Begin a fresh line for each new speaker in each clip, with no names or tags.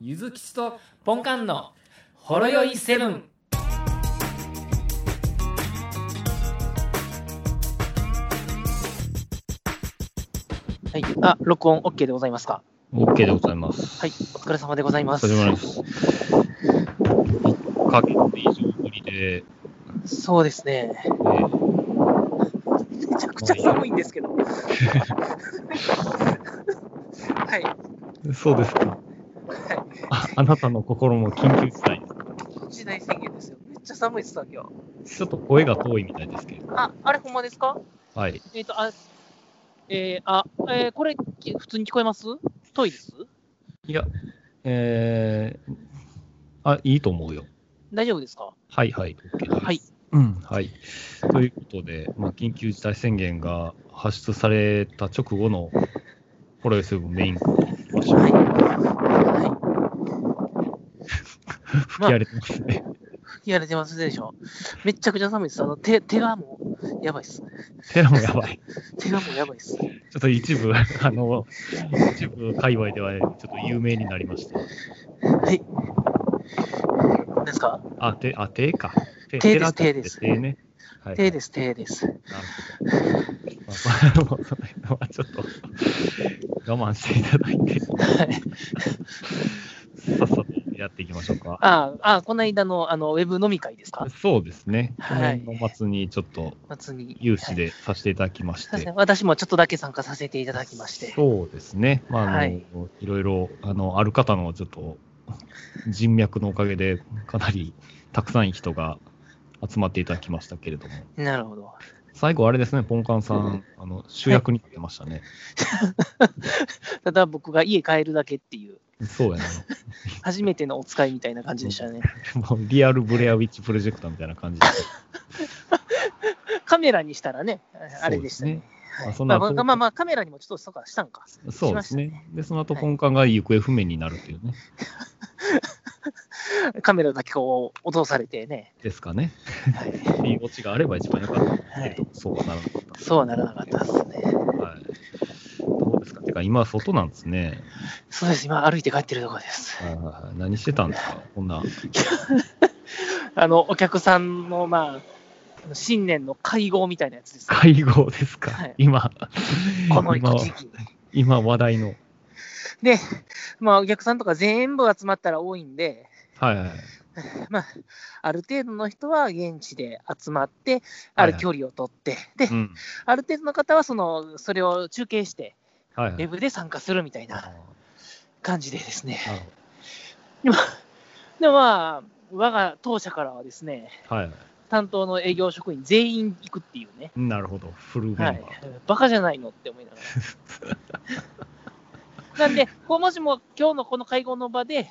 ゆずきちとポンカンのほろよいセブン。
はい。あ、録音 OK でございますか。
OK でございます。
はい。お疲れ様でござい
お
ます。
疲れ様です。1ヶ月以上ぶりで、
そうですね。
えー
めちゃくちゃ寒いんですけ ど。はい。
そうですか。
は
あ あなたの心も緊急事態
い。時代宣言ですよ。めっちゃ寒いです、今日。
です。ちょっと声が遠いみたいですけど。
あ、あれほんまですか
はい。
えっ、と、あ、えー、あ、えー、これ、き普通に聞こえます遠いです
いや、えー、あ、いいと思うよ。
大丈夫ですか
はいはい。OK です
はい。
うん、はい。ということで、まあ、緊急事態宣言が発出された直後のホロヨセブンメインコーナー行きましょう
はい。は
吹き荒れてますね。
い。やられてますでしょ。めっちゃくちゃ寒いです。あの、手、手がもう、やばいっす。
テラもやばい。
手がもうやばいっす。
ちょっと一部、 あの、一部界隈では、ちょっと有名になりました。
はい。何ですか
あ、て、あ、てか。て
手です
てら
手です
てね。はい
手です、手です。
なるほど。まあまあ、もうその辺はちょっと、我慢していただいて、
はい。
さっさとやっていきましょうか。
ああ、あこの間のあのウェブ飲み会ですか、
そうですね。
はい
この年末にちょっと
夏に。
有志
はい
でさせていただきまし
そうです
て
ね。。私もちょっとだけ参加させていただきまして。
そうですね。まあ、あの、
はいい、
ろいろ、あの、ある方のちょっと、人脈のおかげで、かなりたくさん人が集まっていただきましたけれども、
なるほど。
最後あれですね、ポンカンさん、あの、主役になってましたね。
ただ僕が家帰るだけっていう、
そうやね。
初めてのお使いみたいな感じでしたね。
もうリアルブレアウィッチプロジェクターみたいな感じで。
カメラにしたらね、あれでしたね。
そうですね
は
あ
い
そん
ま
な
あ、まあまあまあ、カメラにもちょっとそうかしたんか。
そうですね。で、その後、ポンカンが行方不明になるっていうね。
カメラだけこう、落とされてね。
ですかね。
はい。
っていうオチがあれば一番良かったけ
は
れ
い
ど、、そうはならなかった。
そうはならなかったですね。
はい。どうですかてか、今、外なんですね。
そうです、今歩いて帰ってるところです。
はいはいはい何してたんですかこんな。
あの、お客さんの、まあ、新年の会合みたいなやつです。
会合ですか、
はい
今、
この
今、
時期に。
今話題の。
で、まあ、お客さんとか全部集まったら多いんで、
はいはいはい。
まあ、ある程度の人は現地で集まって、ある距離を取って、で、
うん。
ある程度の方はその、それを中継して、
はい
ウ
はい。
ェブで参加するみたい
あー
な感じでですね。
なるほ
で、まあ、我が当社からはですね、
ど。はいは
担当の営業職員全員行くっていうね、
い。なるほど。フルメンバ
は
ー。
い、バカじゃないのって思いながら。なんで、こうもしも今日のこの会合の場で、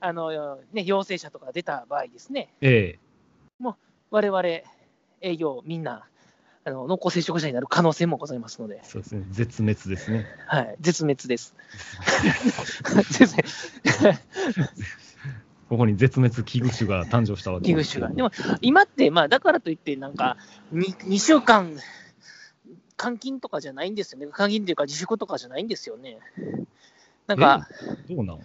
あのね、陽性者とか出た場合ですね、
え
我々営業みんなあの濃厚接触者になる可能性もございますので
え、そうですね。絶滅ですね。
はい、絶滅です。絶滅、
ここに絶滅危惧種が誕生したわけ
危惧種が。で
も、
も今って、まあ、だからといって、なんか 2, 2週間監禁とかじゃないんですよね、監禁というか自粛とかじゃないんですよね。なんか、
どうなん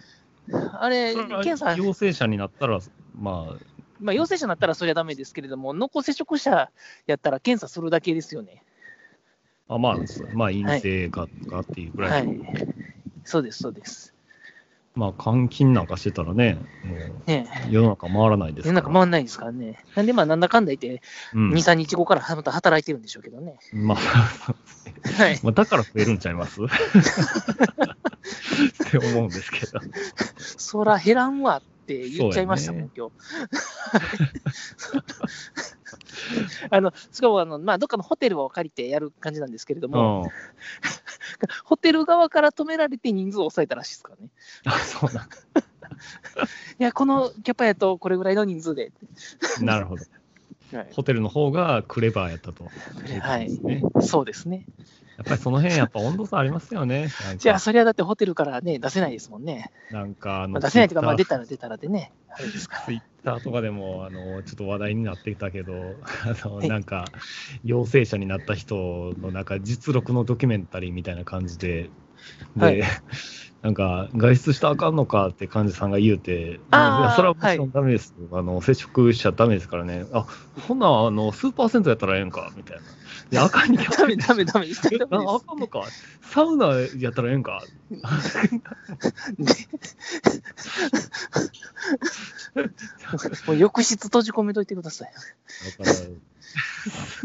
あれ、
それは
検査、
陽性者になったら、まあ、
まあ、陽性者になったらそりゃダメですけれども、濃厚接触者やったら検査するだけですよね。
あまあ、そうまあ、陰性かとかっていうぐらい、
はい。そうです、そうです。
まあ、監禁なんかしてたらね、もう
ねえ
世の中回らないです
世
か
の
ら。
中回んないですからね。なんで、まあ、なんだかんだ言って、
うん
2、3日後からまた働いてるんでしょうけどね。
まあ、
はい。
まあ、だから増えるんちゃいます って思うんで すけど。
そら減らんわって言っちゃいましたもん、今日。 あの、しかも、あの、まあ、どっかのホテルを借りてやる感じなんですけれど
う
も、
ん。
ホテル側から止められて人数を抑えたらしいですからね。
あ、そうなん
いや、このキャパやとこれぐらいの人数で。
なるほど。
はい
ホテルの方がクレバーやったと。
はい
ですね。
そうですね。
やっぱりその辺、やっぱ温度差ありますよね。なんか
じゃあ、それはだってホテルからね、出せないですもんね。
なんかあ
ま
の
あ、出せないというか、まあ、出
ツ
たら出たらで ね。あれですから
イッターとかでもあのちょっと話題になってたけど、あの
はい
なんか陽性者になった人のなんか実録のドキュメンタリーみたいな感じで、で、
はい
なんか、外出したらあかんのかって患者さんが言うて、
あー
いやそれはもちろんダメです、あの接触しちゃダメですからね、あそんなんあの数パーセントやったらええんかみたいな、いやあかんに決
ダ
ま
メ
り
ダメ ダメです。
え
ダメ
ああかんのか、サウナやったらええんか、
ですでもう浴室閉じ込めといてください。
だか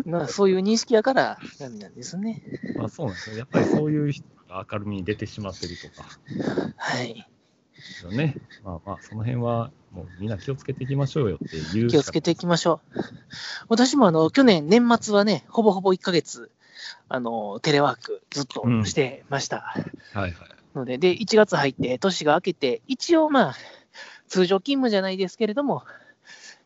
ら
まあそういう認識やからダメなんですね。
まあそうなんですよ。やっぱりそういう人が明るみに出てしまってるとか、
はい。
ですよね。まあまあ、その辺は、もうみんな気をつけていきましょうよっていう。
気をつけていきましょう。私もあの、去年年末はね、ほぼほぼ1ヶ月、あの、テレワークずっとしてました。
はいはい。
ので、で、1月入って、年が明けて、一応まあ、通常勤務じゃないですけれども、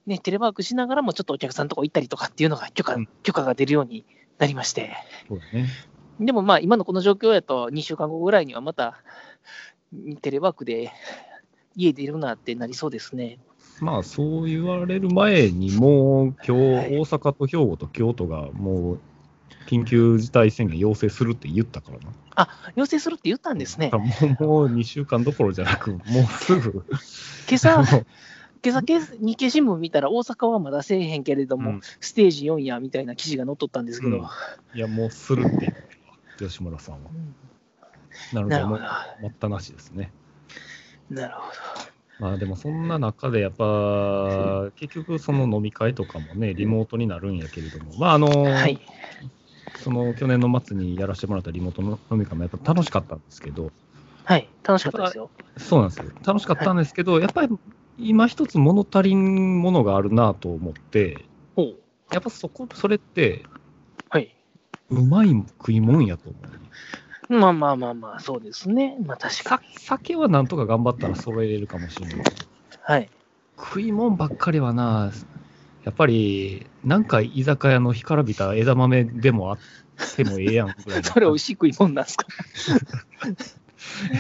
ね、テレワークしながらもちょっとお客さんのとこ行ったりとかっていうのが許可、
うん
許可が出るようになりまして。
そうだね。
でもまあ、今のこの状況やと、2週間後ぐらいにはまた、テレワークで家出るなってなりそうですね。
まあ、そう言われる前に、もう今日、
はい
大阪と兵庫と京都が、もう、緊急事態宣言要請するって言ったからな。
要請するって言ったんですね。
だからもう、もう2週間どころじゃなく、もうすぐ。
今朝、
もう
今朝、け日経新聞見たら、大阪はまだせえへんけれども、
うん
ステージ4やみたいな記事が載っとったんですけど、
うんいや、もうするって言ってるわ吉村さんは。なるほ
なる
ど、
ほ
も
ど、
う待ったなしですね。
なるほど。
まあでもそんな中でやっぱ結局その飲み会とかもねリモートになるんやけれどもまああの、
はい、
その去年の末にやらせてもらったリモートの飲み会もやっぱ楽しかったんですけど
はい、楽しかったですよ。
そうなんですよ楽しかったんですけど、やっぱり今一つ物足りんものがあるなと思って
ほう
やっぱそこそれって
はい。
うまい食い物やと思う
まあまあまあまあ、そうですね。まあ確か
さ酒はなんとか頑張ったら揃えれるかもしれない
に。はい。
食い物ばっかりはな、やっぱり、なんか居酒屋の干からびた枝豆でもあってもええやんぐ らいの。
それ美味しい食い物なんですか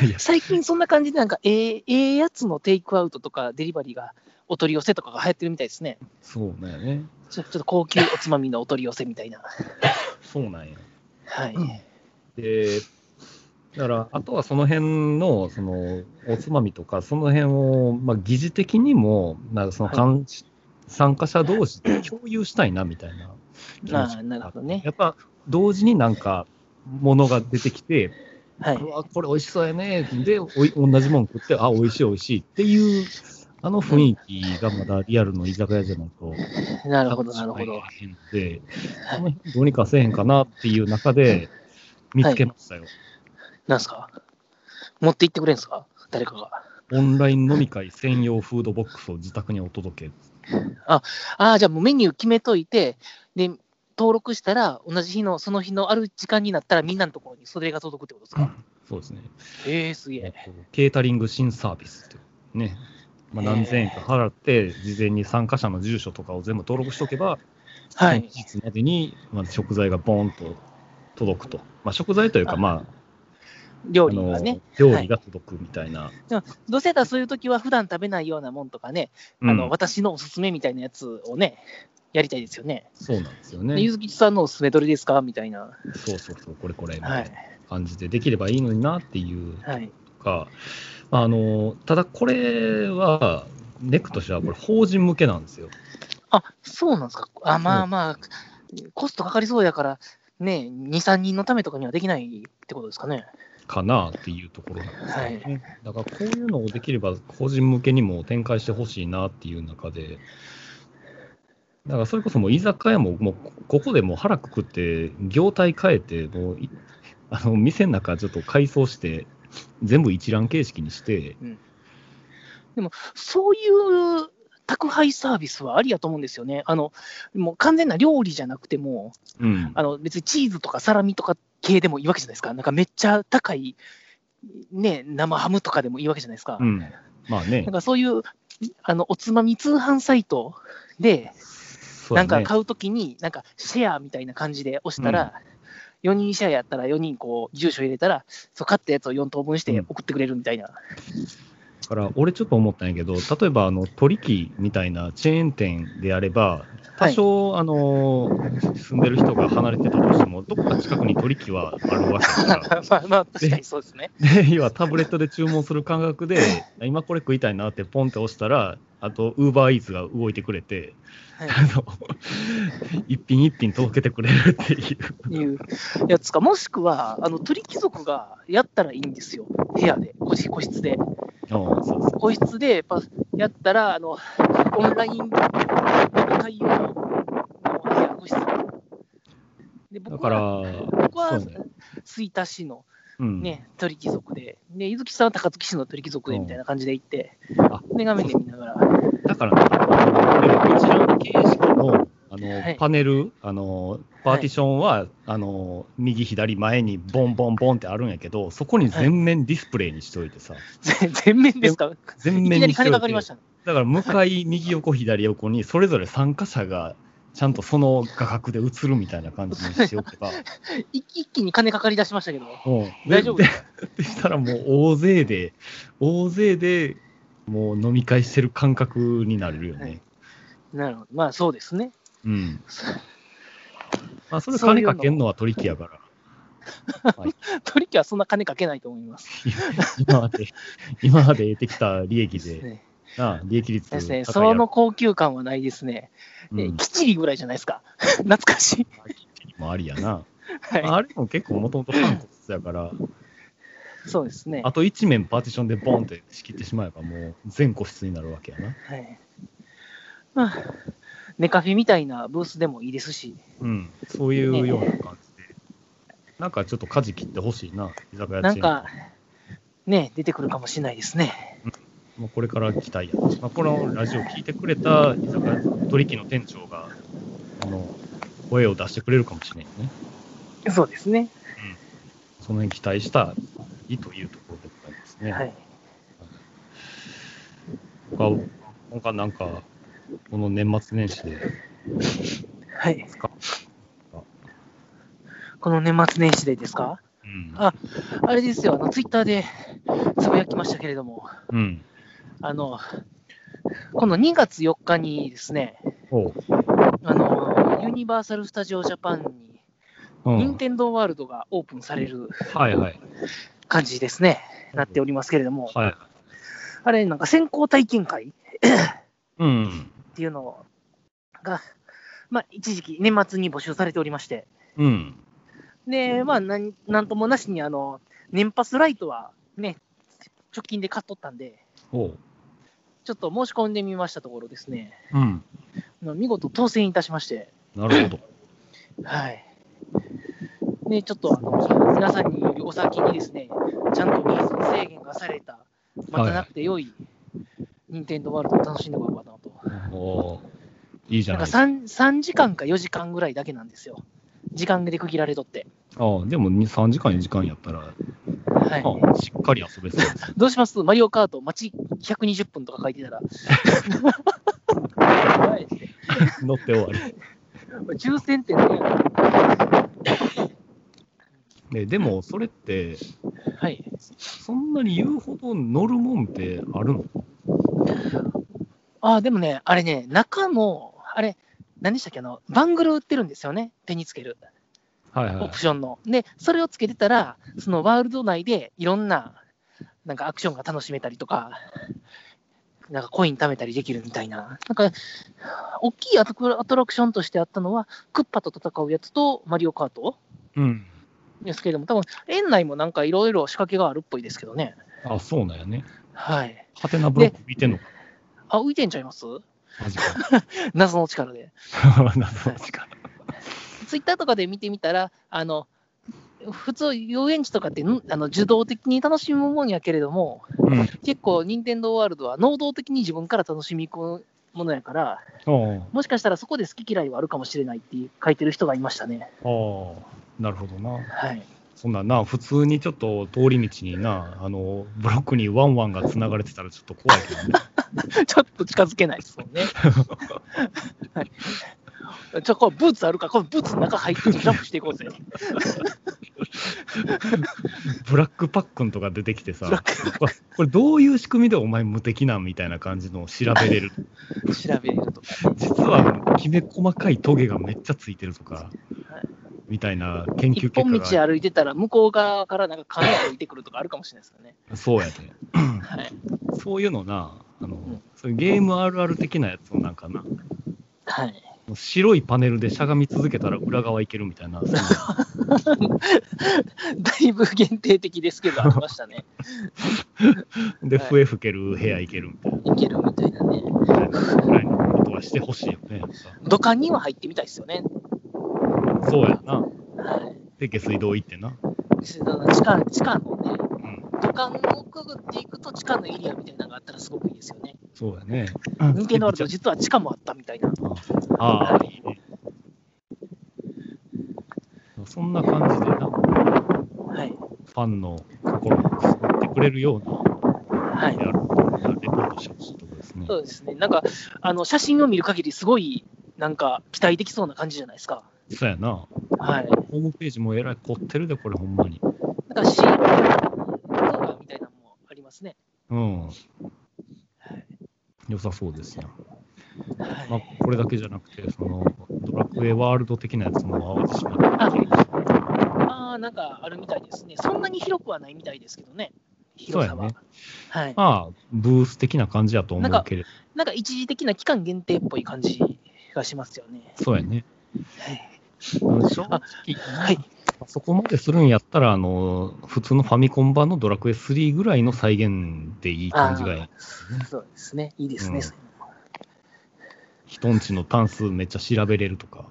い や
最近そんな感じで、なんか、ええええやつのテイクアウトとかデリバリーが、お取り寄せとかが流行ってるみたいですね。
そうなんやね。
ちょちょっと高級おつまみのお取り寄せみたいな。
そうなんや。
はい。
で、だから、あとはその辺の、その、おつまみとか、その辺を、まあ、疑似的にも、なんかその、
はい
関参加者同士で共有したいな、みたいな気持ちがあって。
あーなるほどね
やっぱ、同時になんか、ものが出てきて、
は
う
い。
わこれ美味しそうやねでおい同じもん食ってあ美味しい美味しいっていうあの雰囲気がまだリアルの居酒屋じゃないと
なるほど、なるほど。
へんのでこの辺どうにかせえへんかなっていう中で見つけましたよ、
なんすか持って行ってくれんすか誰かが。
オンライン飲み会専用フードボックスを自宅にお届け
ああ、じゃあもうメニュー決めといて、で、登録したら、同じ日の、その日のある時間になったら、みんなのところにそれが届くってことですか、
そうですね
ええすげ
えっ
え。
とケータリング新サービスっていうね、まあ、何千円か払って事前に参加者の住所とかを全部登録しとけば
は
本
い。
日までに、まあ、食材がボーンと届くと、まあ、食材というか、
あ
まあ、
料
あ
理
の
はね。
料理が届くみたいな、
でもどうせやったらそういう時は、普段食べないようなもんとかね、
うん
あの、私のおすすめみたいなやつをね、やりたいですよね。
そうなんですよ
で
ね
ゆ、ずきちさんのおすすめどれですかみたいな。
そうそうそう、これこれみた
はい。
ない感じでできればいいのになっていう
はい。
とか、まああのただこれは、ネックとしてはこれ法人向けなんですよ。
あ、そうなんですか。あ、まあまあ、コストかかりそうやから、ね、2、3人のためとかにはできないってことですかね。
かなっていうところなんですよね、
は
だからこういうのをできれば個人向けにも展開してほしいなっていう中で、だからそれこそもう居酒屋ももうここでもう腹くくって、業態変えて、もうい あの店の中ちょっと改装して、全部一覧形式にして、
そういう宅配サービスはありやと思うんですよね。あの、もう完全な料理じゃなくても、
うん、
あの別にチーズとかサラミとか系でもいいわけじゃないですか。なんかめっちゃ高い、ね、生ハムとかでもいいわけじゃないですか。
うん、まあね
なん、かそういう、あの、おつまみ通販サイトで、
そう
な
や
ん
ね
か買うときに、なんかシェアみたいな感じで押したら、4人シェアやったら4人こう住所入れたら、そう買ったやつを4等分して送ってくれるみたいな。
から、俺ちょっと思ったんやけど、例えば、あの、取引みたいなチェーン店であれば、多少、あの、住んでる人が離れてたとしても、どっか近くに取引はあるわけだ から、
まあまあ、確かにそうですね。
で、要はタブレットで注文する感覚で、今これ食いたいなってポンって押したら、あと、ウーバーイーツが動いてくれて、
はい
あの、一品一品届けてくれるっていう。
いうやつか、もしくは、あの鳥貴族がやったらいいんですよ、部屋で、個室個室で。
うんそうそう
個室でパスやったら、あのオンライン会用の部屋、個室で
だ
僕
か
は
ら、
僕は
そうね
吹田市の、
うん
ね鳥貴族で、で伊豆木さんは高槻市の鳥貴族でみたいな感じで行って、
あ
で画面で見ながら、
だから、ね、一覧形式のあの、
はい
パネル、あのパーティションは、あの右、左、前にボンボンボンってあるんやけど、そこに全面ディスプレイにしといてさ、
ぜ全面ですか、
全
いき
面
な
に
り
しと
金
いて、
かかりましたね。
だから向かい、右横、左横に、それぞれ参加者がちゃんとその画角で映るみたいな感じにして おけば、
一一気に金かかりだしましたけど、
うん
大丈夫
で
で
です
か
でしたらもう大勢で、大勢でもう飲み会してる感覚になれるよね。
はいなるほど、まあそうですね。
うん。 まあ、それ
そう
金
いうの
かけんのは取引 やから。
鳥貴はそんな金かけないと思います。
今まで、今まで得てきた利益
です
で、
ね
なあ利益率
で
高い
すね、
やろ
その高級感はないですね。
うん
えきっちりぐらいじゃないですか。 懐かしい。
もありやな。
はい、
あれも結構もともと韓国やから、
そうですね、
あと一面パーティションでボンって仕切ってしまえば、もう全個室になるわけやな。
はいまあ。ネカフェみたいなブースでもいいですし、
うん。そういうような感じで。なんかちょっと舵切ってほしいな、居酒屋チェーン
なんか、ね、出てくるかもしれないですね。
もうこれから期待や。まあ、このラジオ聞いてくれた居酒屋取引の店長が、あの、声を出してくれるかもしれんよね。
そうですね。
その辺期待したいというところでございますね。
はい。
他、他なんか、この年末年始で、
はい
か。
この年末年始でですか
うん。
ああれですよ、あの、ツイッターでつぶやきましたけれども、
うん。
あの、この2月4日にですね、
おう。
あの、ユニバーサル・スタジオ・ジャパンに、
うん
任天堂ワールドがオープンされる
はいはい。
感じですね、なっておりますけれども、
はい。
あれ、なんか先行体験会っ
うん。
ていうのが、まあ、一時期、年末に募集されておりまして、
うん。
で、まあ、なんなんともなしに、あの、年パスライトはね、直近で買っとったんで、
おう。
ちょっと申し込んでみましたところですね、
うん。
あの見事当選いたしまして、
なるほど。
はい。ね、ちょっとあの皆さんによりお先にですね、ちゃんと人数制限がされた、待たなくて良い、任天堂ワールドを楽しんでもらおうかなと。
おういいじゃ
なん
な
か
いですか。
3, 3時間か4時間ぐらいだけなんですよ。時間で区切られとって。
ああ、でも2、3時間、4時間やったら、
はい。
あしっかり遊べそうですね。
どうしますマリオカート、待ち120分とか書いてた ら。はい
乗って終わり。
抽選ってね、
ででも、それって、
はい。
そんなに言うほど乗るもんってあるの
ああ、でもね、あれね、中の、あれ、何でしたっけ、あの、バングル売ってるんですよね、手につける。
はい
オプションの。で、それをつけてたら、そのワールド内でいろんな、なんかアクションが楽しめたりとか、なんかコイン貯めたりできるみたいな。なんか、大きいアトクアトラクションとしてあったのは、クッパと戦うやつとマリオカート
うん。
ですけれども、多分園内もなんかいろいろ仕掛けがあるっぽいですけどね。
あ、そうなんやね。
はい。
ハテナブロック見てんのか。
あ、浮いてんちゃいます
マジか。
謎の力で。
謎の力。
ツイッターとかで見てみたら、あの、普通遊園地とかってんあの受動的に楽しむもんやけれども、
うん。
結構、任天堂ワールドは能動的に自分から楽しみ込むものやから、
ああ。
もしかしたらそこで好き嫌いはあるかもしれないっていう書いてる人がいましたね。
ああ、なるほどな。
はい、
そんなな、普通にちょっと通り道にな、あの、ブロックにワンワンが繋がれてたらちょっと怖いけどね。
ちょっと近づけないですもんね。はい、ちょこれブーツあるから、このブーツの中入ってジャンプしていこうぜ。
ブラックパックンとか出てきて
ブラッ
さ、
ク
これこれどういう仕組みでお前無敵なんみたいな感じのを調べれる。
調べるとか。
実はきめ細かいトゲがめっちゃついてるとか、みたいな研究
一本
結果
道歩いてたら、向こう側からなんか亀が浮いてくるとかあるかもしれないですよね。
が、そうやで。
はい。
そういうのな、あの、
ん
そういうゲームあるある的なやつをなんかな、
はい。
白いパネルでしゃがみ続けたら裏側いけるみたいな、 そういうの
だいぶ限定的ですけど、ありましたね。
で、
はい
笛吹ける部屋行けるみたい
いけるみたいなね。
なぐらいのことはしてほしいよね。やっ
土管には入ってみたいですよね。
ぱそうやな。
はい。
で、下水道行ってな。
地下地下のね、
うん。
土管をくぐっていくと地下のエリアみたいなのがあったらすごくいいですよね。
そうやね。
人間のあると実は地下もあったみたいな。
ああ、いいね。そんな感じでな、フ
はい。
ァンの心をくすぐってくれるよう
は
な、
い。
やる、レポートしてほしいところですね。
そうですね。なんか、あの、写真を見る限り、すごい、なんか、期待できそうな感じじゃないですか。
そうやな。
はい。
ホームページもえらい凝ってるで、これほんまに。
なんか CM の動画みたいなのもありますね。
うん。良さそうですよ。
はい
まあ、これだけじゃなくて、そのドラクエワールド的なやつも淡路島で
ああー、なんかあるみたいですね。そんなに広くはないみたいですけどね。広さは。
そう
はい。
まあ、ブース的な感じやと思うけれど、
なんか一時的な期間限定っぽい感じがしますよね。
そうやね。
はい
正
あ
直、
はい。
そこまでするんやったら、あの、普通のファミコン版のドラクエ3ぐらいの再現でいい感じがいい。
そうですね。いいです
うん
ね。
人んちの単数めっちゃ調べれる とか。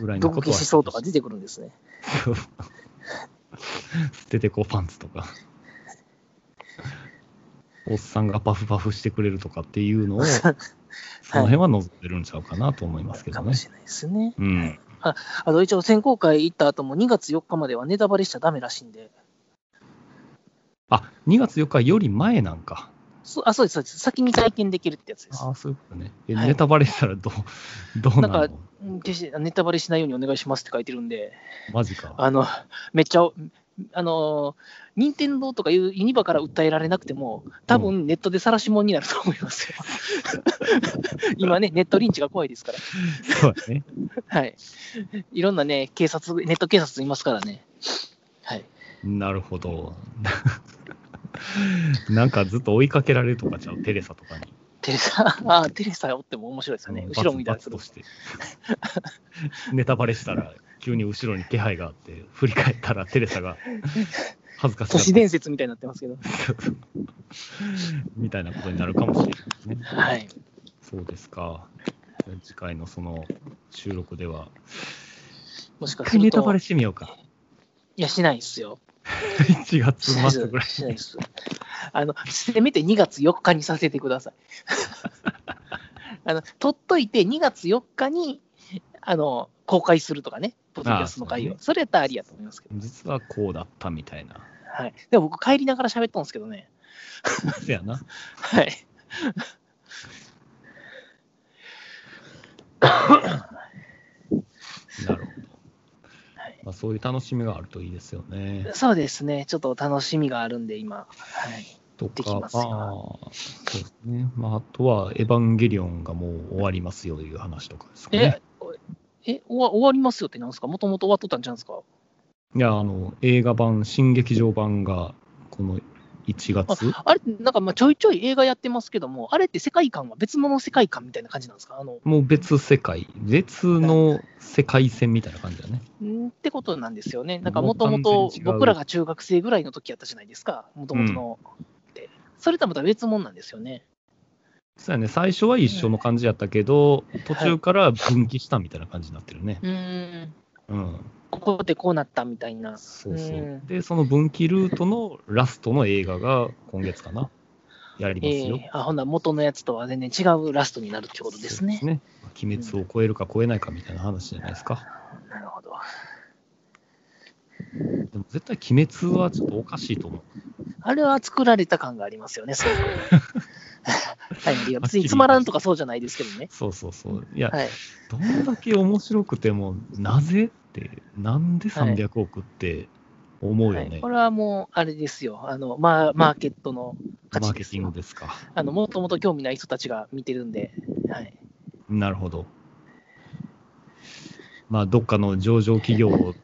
ぐらいの
ドン
こと
キ
は
しそうとか出てくるんですね。
捨ててこパンツとか、おっさんがパフパフしてくれるとかってい うのを、その辺は望んでるんちゃうかなと思いますけ
か
ど
も
ね。
しれないですね。
うん。
あと一応、選考会行った後も2月4日まではネタバレしちゃダメらしいんで。
あ、2月4日より前なんか。
そうあ、そうです、そうです。先に体験できるってやつです。
ああ、そういうことね。え
はい
ネタバレしたらどう、どう
な
な
ん
の
かうん決してネタバレしないようにお願いしますって書いてるんで、
マジか。
あの、めっちゃ、あの、任天堂とかいうユニバから訴えられなくても、多分ネットで晒し者になると思います よ。今ね、ネットリンチが怖いですから。
そうやね。
はい。 いろんなね、警察、ネット警察いますからね。はい。
なるほど。 なんかずっと追いかけられるとかちゃう、テレサとかに。
テレサ、あテレサおっても面白いですよね。後ろ見た
バ
り
ツ
す
バ
る
ツとして。 ネタバレしたら、急に後ろに気配があって、振り返ったらテレサが恥ずかし
都
がっ
市
て
伝説みたいになってますけど。
みたいなことになるかもしれないですね。
はい。
そうですか。次回のその収録では、
もしか
一
す
回
る
ネタ
と
バレ。してみようか。
いや、しないですよ。
1月
しないです
末ぐらい。
しないです。あの、せめて2月4日にさせてください。 あの、取っといて2月4日に、あの、公開するとかね、ポッドキャストの回
ああそう
を。
ね
それやったらありやと思いますけど。
実はこうだったみたいな。
はい。でも僕帰りながら喋ったんですけどね。
せやな。
はい。
なるほど
はい。
まあ、そういう楽しみがあるといいですよね。
そうですね。ちょっと楽しみがあるんで、今。はい。
と
で
か、
き
まあ、
ますよ
そうですね。まあ、あとは、エヴァンゲリオンがもう終わりますよという話とかですかね
え。、おえ、終わ終わりますよってなんですかもともと終わっとったんじゃないですか
いや、あの、映画版、新劇場版が、この1月、
あれ、なんかまあちょいちょい映画やってますけども、あれって世界観は別物の世界観みたいな感じなんですかあの、
もう別世界、別の世界線みたいな感じだね。
んってことなんですよね。なんかもとも
もう
と
完全に違う
僕らが中学生ぐらいの時やったじゃないですか、もともとの。でそれとはまた別物なんですよね。
そうやね、最初は一緒の感じやったけど、途中から分岐したみたいな感じになってるね。
うーん、
うん。
ここでこうなったみたいな。。
そうそううんで、その分岐ルートのラストの映画が今月かな。やり
え
ますよ。
ーあほんなら元のやつとは全然違うラストになるってことですね。
そう鬼滅を超えるか超えないかみたいな話じゃないですか。
なるほど。
でも絶対鬼滅はちょっとおかしいと思う。
あれは作られた感がありますよね、そうはい、いや別につまらんとかそうじゃないですけどね。
そうそうそう。いや、
はい。
どんだけ面白くても、なぜって、なんで300億って思うよ
はい
ね。
これはもう、あれですよ。あの、まあ、マーケットの価
マー
値
ケ
で
テ
す
ィン
よ
グ。ですか。
あの、もともと興味ない人たちが見てるんで、はい。
なるほど。まあ、どっかの上場企業の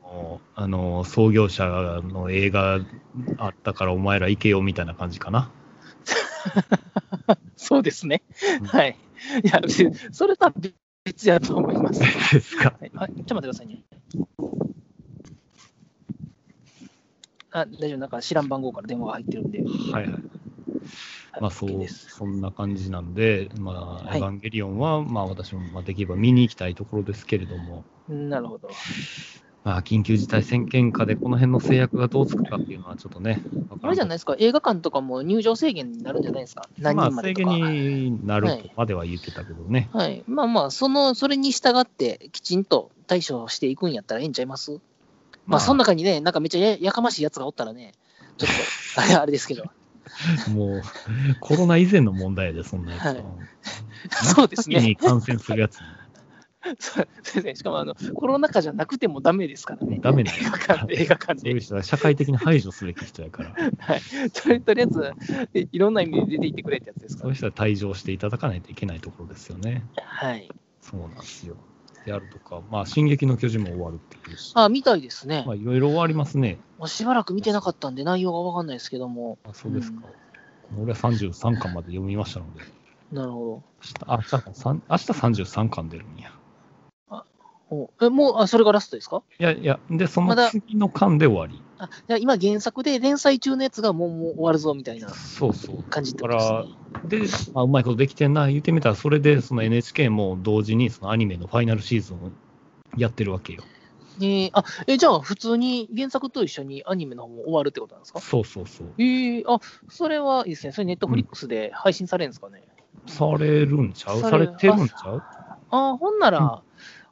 あの創業者の映画あったからお前ら行けよみたいな感じかな。
そうですね
うん。
はい。いや、別にそれとは別やと思います。はい
ですか。
あちょっと待ってくださいね。あ、大丈夫。なんか知らん番号から電話が入ってるんで。
はいはい。まあ、そ
OK
う、
です
そんな感じなんで、まあ、
はい
エヴァンゲリオンは、まあ、私もまあできれば見に行きたいところですけれども、
なるほど。
まあ、緊急事態宣言下でこの辺の制約がどうつくかっていうのはちょっとね、わか
あ
ら
れ
ん
じゃないですか、映画館とかも入場制限になるんじゃないですか、何
まあ、
人まで
制
と
限
か。
になる
は
と
い
までは言ってたけどね。
はい、まあまあその、それに従って、きちんと対処していくんやったらええんちゃいます、まあ、その中にね、なんかめっちゃややかましいやつがおったらね、ちょっと、あれ あれですけど、
もう、 コロナ以前の問題やで、そんなやつは。
はいそうです
時に
ね、
感染するやつ、
そうですねしかもあのコロナ禍じゃなくてもダメです からね、
ダメだ
映
よ
画。館で、映画館
そうい
で
う、人は社会的に排除すべき人やから、
とりとりあえず、えいろんな意味で出ていってくれってやつですか
そう
ら
いう
ね、
人は退場していただかないといけないところですよね。
はい、
そうなんですよ。であるとか、まあ、進撃の巨人も終わるっていうし、
あ見たいですね、
まあ、いろいろ終わりますね。
もうしばらく見てなかったんで、内容が分かんないですけども、
あそうですか。俺は33巻まで読みましたので、
なるほど。
明日、明日さん明日33巻出るんや。
おえもうあそれがラストですか
いやいや、で、そ
ま
の
だ
次の巻で終わり。
あじゃあ今原作で連載中のやつがもうもう終わるぞみたいな
そうそう。
感じってことですね。
で、まあ、うまいことできてんな、言ってみたら、それでその NHK も同時にそのアニメのファイナルシーズンをやってるわけよ。
えーあえじゃあ普通に原作と一緒にアニメの方も終わるってことなんですか
そうそうそう。
えー、あそれはいいですね。それネットフリックスで配信されるんですかね。
されるんちゃうさ
さ
れ
れ
てるんちゃう
あほんなら、
うん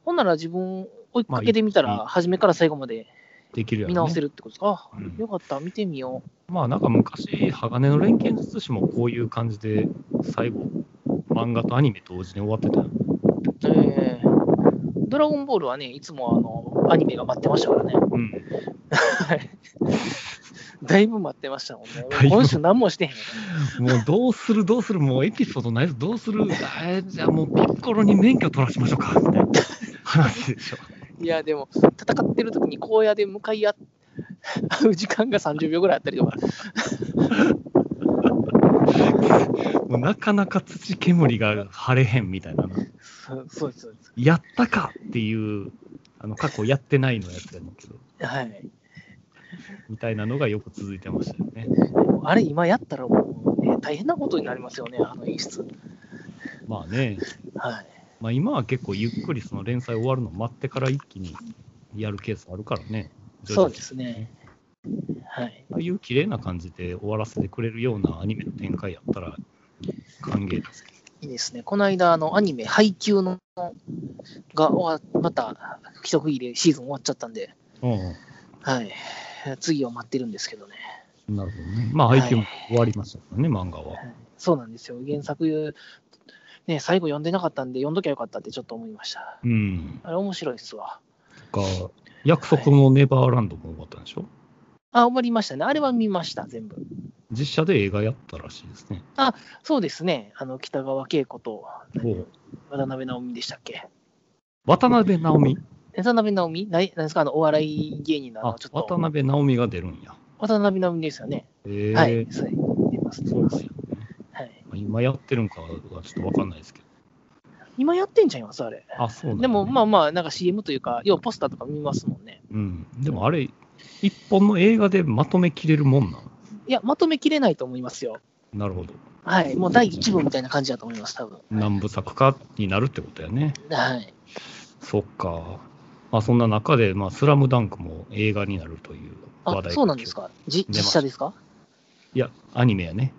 ほんなら自分追いかけてみた
まあい
ら、初めから最後まで
できるやろ、ね。
見直せるってことですか、
うん
あよかった、見てみよ
まあなんか昔、鋼の錬金術師もこういう感じで、最後、漫画とアニメ同時に終わってたよ。
う。えードラゴンボールはね、いつもあのアニメが待ってましたからね。
うん。
だいぶ待ってましたもんね
だい。ぶ
今週何もしてへん。
もうどうする、どうする、もうエピソードないぞ、どうする、えーじゃあもうピッコロに免許取らしましょうか、みたいな話でしょ。
いや、でも、戦ってる時に荒野で向かい合っ会う時間が30秒ぐらいあったりとか、
もうなかなか土煙が晴れへんみたいなな。
そうそうです、そうです。
やったかっていう、あの過去やってないのやつやねんけど、
はい。
みたいなのがよく続いてましたよね。
あれ、今やったらもう、ね、大変なことになりますよね、あの演出。
まあね、
はい。
まあ、今は結構ゆっくりその連載終わるの待ってから一気にやるケースあるからね。
そうですね。はい。
ああいう綺麗な感じで終わらせてくれるようなアニメの展開やったら歓迎ですけど。
いいですね。この間、あの、アニメ、配給の、が終わ、また、一区切りシーズン終わっちゃったんで、
う
はい。次を待ってるんですけどね。
ん、なるほどね。まあ、
はい
配給も終わりましたからね、漫画は。
そうなんですよ。原作、ね、最後読んでなかったんで、読んどきゃよかったってちょっと思いました。
うん。
あれ、面白いっすわ。
が、約束のネバーランドも終わったんでしょ
あ、終わりましたね。あれは見ました、全部。
実写で映画やったらしいですね。
そうですね。あの、北川景子と
おう
渡辺直美でしたっけ
渡辺直美。
え渡辺直美ないなんですかあの、お笑い芸人の、あ
あ
の、ちょっ、と。
渡辺直美が出るんや。
渡辺直美ですよね。
ええ
はい。そう出ます、出
そう
ま
なん
す
や。
はい。
今やってるんかはちょっとわかんないですけど。
今やってんちゃいますあれ。
あ、そうなんや
でも、まあまあ、なんか CM というか、要はポスターとか見ますもんね。
うん。でもあれ、一本の映画でまとめきれるもんなん
いや、まとめきれないと思いますよ。
なるほど。
はい。もう第一部みたいな感じだと思います、多分。
何部作かになるってことやね。
はい。
そっか。まあそんな中で、まあスラムダンクも映画になるという話
あ、
題。
そうなんです。かじ
出ました
実写ですか
いや、アニメやね。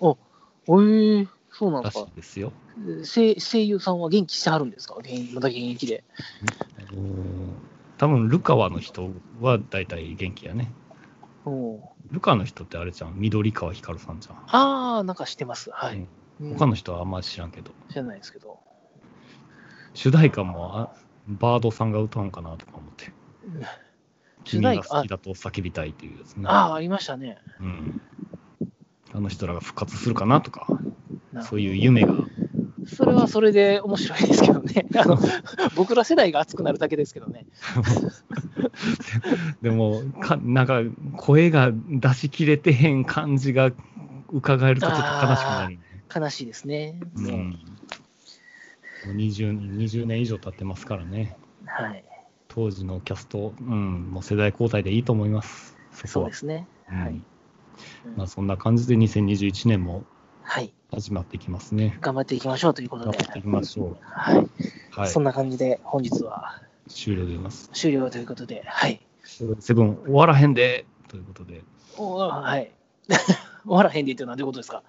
えー、そうなんで
ら
す
し
か
いですよ。
声声優さんは元気してはるんですか現まだ現役で。
あのー多分ルカワの人は大体元気やね。
うん
ルカの人ってあれじゃん、緑川光さんじゃん。
ああ、なんかしてます。はい。
うん
うん
他の人はあんま知らんけど、
知らないですけど。
主題歌もあバードさんが歌うんかなとか思って、
主
君
題
が
歌、あ
好きだと叫びたいっていうやつね。
あー、ありましたね。
うん、あの人らが復活するかなとか、
なるほ
そういう夢が。
どそれはそれで面白いですけどね。 あの僕ら世代が熱くなるだけですけどね。
でもか、なんか、声が出し切れてへん感じが伺えるとちょっと悲しくなる、
悲しいですね。
うん
そう
もう20年。20年以上経ってますからね。
はい。
当時のキャスト、うん、もう世代交代でいいと思います。そこ
そう
は。
ですね。
うん
はい。
まあ、そんな感じで2021年も
はい。
始まってきますね。
頑張っていきましょうということ
頑
で。
張っていきましょ
はい。
う。はい
そ。んな感じで本日は
終了でございます。
終了ということで。はい。
セブン終わらへんでということで。
おはい。 終わらへんでっていうのはどういうことですか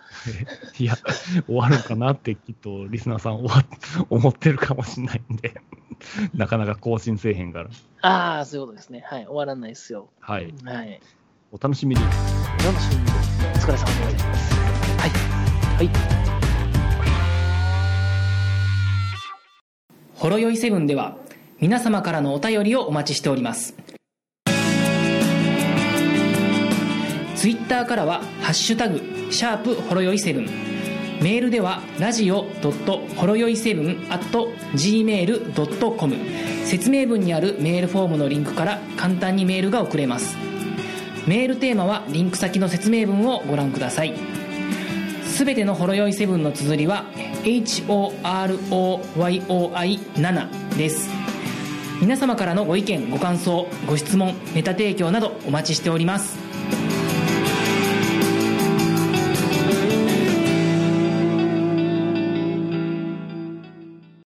いや、終わるかなってきっとリスナーさんは思ってるかもしれないんで、なかなか更新せえへんから。
ああ、そういうことですね。はい。終わらないですよ。
はい。
はい。
お楽しみに。
どんな趣味でお疲れ様でございます。はい。はい。
ほろよいセブンでは皆様からのお便りをお待ちしておりますツイッターからは「ハッシュタグシャープほろよいセブン」メールではラジオほろよい7 gmail.com 説明文にあるメールフォームのリンクから簡単にメールが送れますメールテーマはリンク先の説明文をご覧くださいすべてのほろ酔いセブンの綴りは HOROYOI7 です皆様からのご意見ご感想ご質問ネタ提供などお待ちしております